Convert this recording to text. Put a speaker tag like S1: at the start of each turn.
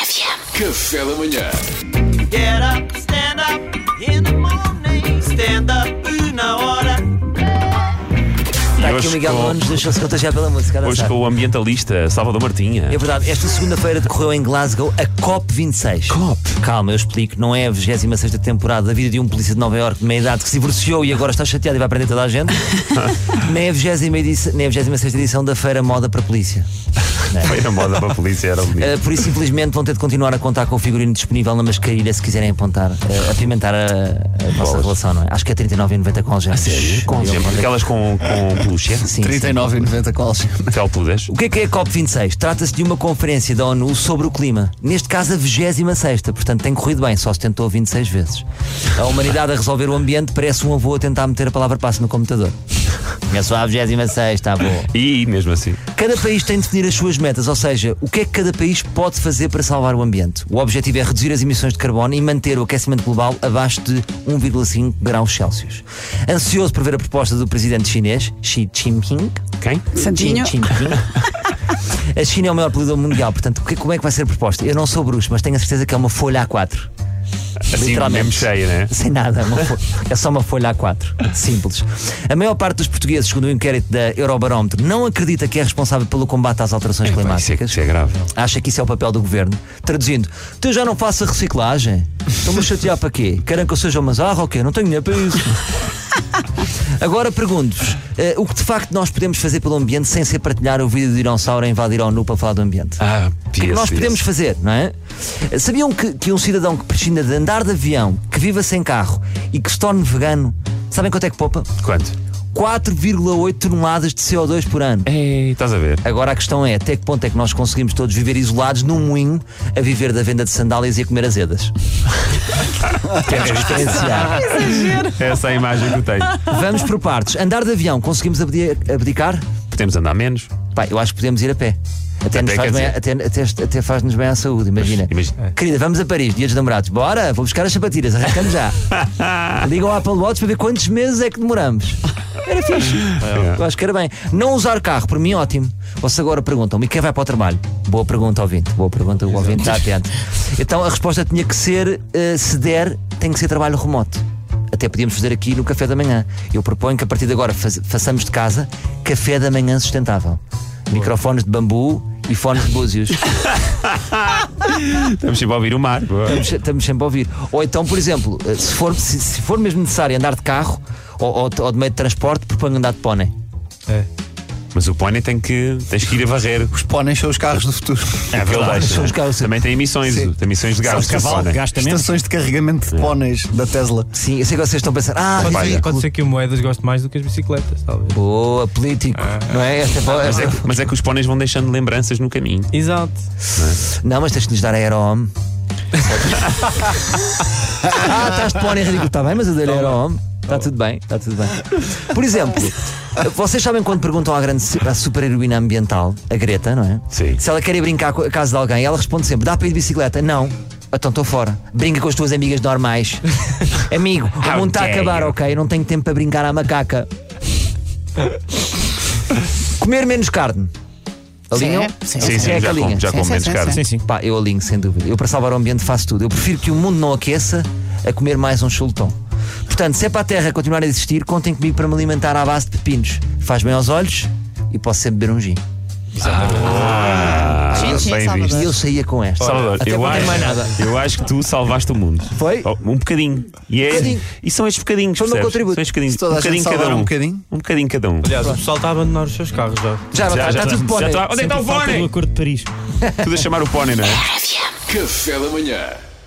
S1: Café da manhã.
S2: Get up, stand up in the morning. Stand up na hora.
S3: E
S4: Está Tá aqui
S3: hoje
S4: o Miguel
S3: com-
S4: Nunes, deixou-se contagiar pela música. a
S3: Hoje
S4: dançar.
S3: com o ambientalista Salvador Martinha.
S4: É verdade, esta segunda-feira decorreu em Glasgow a COP26.
S3: COP?
S4: Calma, eu explico, não é a 26 temporada da vida de um polícia de Nova Iorque de meia idade que se divorciou e agora está chateado e vai prender toda a gente. nem, a 20 edição, nem a 26 edição da Feira Moda para Polícia.
S3: Foi a moda para a polícia, era um bonito.
S4: Né? Eh, por isso, simplesmente, vão ter de continuar a contar com o figurino disponível na mascarilha se quiserem apontar, eh, apimentar a, a nossa relação, não é? Acho que é 39,90 com algemas.
S3: Sério?
S4: Com algemas.
S3: Aquelas com, com pelúcia,
S4: Sim, sim.
S5: 39,90 qual? Sim,
S3: felpudas.
S4: O que é que é a COP26? Trata-se de uma conferência da ONU sobre o clima. Neste caso, a 26, portanto tem corrido bem, só se tentou 26 vezes. A humanidade a resolver o ambiente parece um avô a tentar meter a palavra passe no computador. É só a 26, está bom.
S3: E mesmo assim.
S4: Cada país tem de definir as suas metas, ou seja, o que é que cada país pode fazer para salvar o ambiente. O objetivo é reduzir as emissões de carbono e manter o aquecimento global abaixo de 1,5 graus Celsius. Ansioso por ver a proposta do presidente chinês, Xi Jinping,
S3: Quem?
S6: Santinho.
S4: Chin, chin, chin. A China é o maior poluidor mundial, portanto, que- como é que vai ser a proposta? Eu não sou bruxo, mas tenho a certeza que é uma folha A4.
S3: Assim,
S4: Literalmente.
S3: mesmo cheia, né?
S4: Sem nada, uma fo- é só uma folha A4. Simples. A maior parte dos portugueses, segundo o inquérito da Eurobarómetro, não acredita que é responsável pelo combate às alterações
S3: Pá, Isso é,
S4: climáticas.
S3: isso é grave.
S4: Acha que isso é o papel do governo? Traduzindo, tu já não faço a reciclagem? Estão-me a chatear para quê? Querem que eu seja uma zarra ou quê? Não tenho dinheiro para isso. Agora pergunto-vos: eh, o que de facto nós podemos fazer pelo ambiente sem ser partilhar o vídeo do dinossauro a invadir a ONU para falar do ambiente?
S3: Ah,
S4: O que é que nós podemos fazer, não é? Eh, Sabiam que, que um cidadão que prescinda de andar de avião, que viva sem carro e que se torne vegano, sabem quanto é que poupa?
S3: Quanto?
S4: 4,8 toneladas de CO2 por ano.
S3: Ei, estás a ver?
S4: Agora a questão é até que ponto é que nós conseguimos todos viver isolados num moinho a viver da venda de sandálias e a comer azedas. Temos que experienciar.
S3: Essa é a imagem que eu tenho.
S4: Vamos por partes. Andar de avião, conseguimos abdi- abdicar?
S3: Podemos andar menos.
S4: Pá, eu acho que podemos ir a pé. Até, nos
S3: pé,
S4: faz
S3: quer
S4: bem, até, até- até faz-nos bem à saúde, imagina.
S3: imagina. É.
S4: Querida, vamos a Paris, dia dos namorados. Bora, vou buscar as sapatilhas, arrancamos já. Ligam ao Apple Watch para ver quantos meses é que demoramos. Era fixe.
S3: É.
S4: Eu acho que era bem. Não usar carro, para mim, ótimo. Vocês agora perguntam-me quem vai para o trabalho? Boa pergunta, ouvinte. Boa pergunta, o ouvinte está atento. Então a resposta tinha que ser: eh, se der, tem que ser trabalho remoto. Até podíamos fazer aqui no café da manhã. Eu proponho que a partir de agora faz- façamos de casa café da manhã sustentável. Microfones de bambu e fones de búzios.
S3: Estamos sempre a ouvir o mar.
S4: Estamos, estamos sempre a ouvir. Ou então, por exemplo, eh, se for, se, se for mesmo necessário andar de carro ou, ou- ou de meio de transporte, proponho andar de pónei.
S3: Mas o pônei tem que, tens que ir a varrer.
S5: Os póneis são os carros do futuro.
S3: É
S4: verdade.
S3: verdade.
S4: São os carros-
S3: Também tem emissões.
S5: Sim.
S3: Tem emissões de gás. o pônei.
S7: gasta
S5: Estações de carregamento de póneis da Tesla.
S4: Sim, eu sei que vocês estão a pensar, ah,
S3: Pode ser-
S4: ridículo.
S7: Pode ser que o Moedas goste mais do que as bicicletas, talvez.
S4: boa, político,
S3: Ah.
S4: não é? Esta,
S3: Mas é,
S4: esta,
S3: que, mas é que os póneis vão deixando lembranças no caminho.
S7: Exato.
S4: não, mas tens de lhes dar aero-home. ah, estás de pónei, ridículo. Está bem, mas eu dei-lhe
S3: Tá
S4: aero-home. Está tudo bem, está tudo bem. Por exemplo, vocês sabem quando perguntam à grande su- à super-heroína ambiental, a Greta, não é?
S3: Sim.
S4: Se ela quer ir brincar co- a casa de alguém, ela responde sempre: dá para ir de bicicleta? Não. Então estou fora. Brinca com as tuas amigas normais. Amigo, o
S3: How
S4: mundo está a
S3: dare
S4: acabar,
S3: you.
S4: ok? Eu não tenho tempo para brincar à macaca. Comer menos carne. Alinham?
S6: Sim,
S3: Sim, sim,
S4: é
S3: já
S4: aquela
S3: como,
S4: linha.
S3: já
S6: Sim,
S3: como
S6: sim,
S3: menos
S6: sim,
S3: caro.
S6: sim.
S7: sim.
S4: Pá, eu alinho, sem dúvida. Eu, para salvar o ambiente, faço tudo. Eu prefiro que o mundo não aqueça a comer mais um chuletão. Portanto, se é para a Terra continuar a existir, contem comigo para me alimentar à base de pepinos. Faz bem aos olhos e posso sempre beber um gin.
S3: Ah,
S6: Sim, sim,
S3: bem
S6: Salvador.
S3: visto.
S4: E eu saía com esta.
S3: Salvador,
S4: Até
S3: eu
S4: porque é
S3: acho,
S4: mais nada.
S3: eu acho que tu salvaste o mundo.
S4: Foi?
S3: Oh, Um bocadinho. E, é-
S4: Bocadinho.
S3: e são estes bocadinhos.
S4: Foi o meu
S3: percebes?
S4: contributo.
S3: São estes bocadinhos.
S5: Se toda a
S3: um
S5: gente
S3: bocadinho cada
S5: salvar
S3: um.
S5: um bocadinho.
S3: um bocadinho cada um.
S7: Aliás, o pessoal está a abandonar os seus carros já.
S4: Já, já, está tá, tudo
S3: tá
S4: pónei.
S3: está. Onde é que está o
S7: Falta do
S3: pónei?
S7: Acordo de Paris.
S3: Tudo a chamar o pónei, não é?
S1: Café da manhã.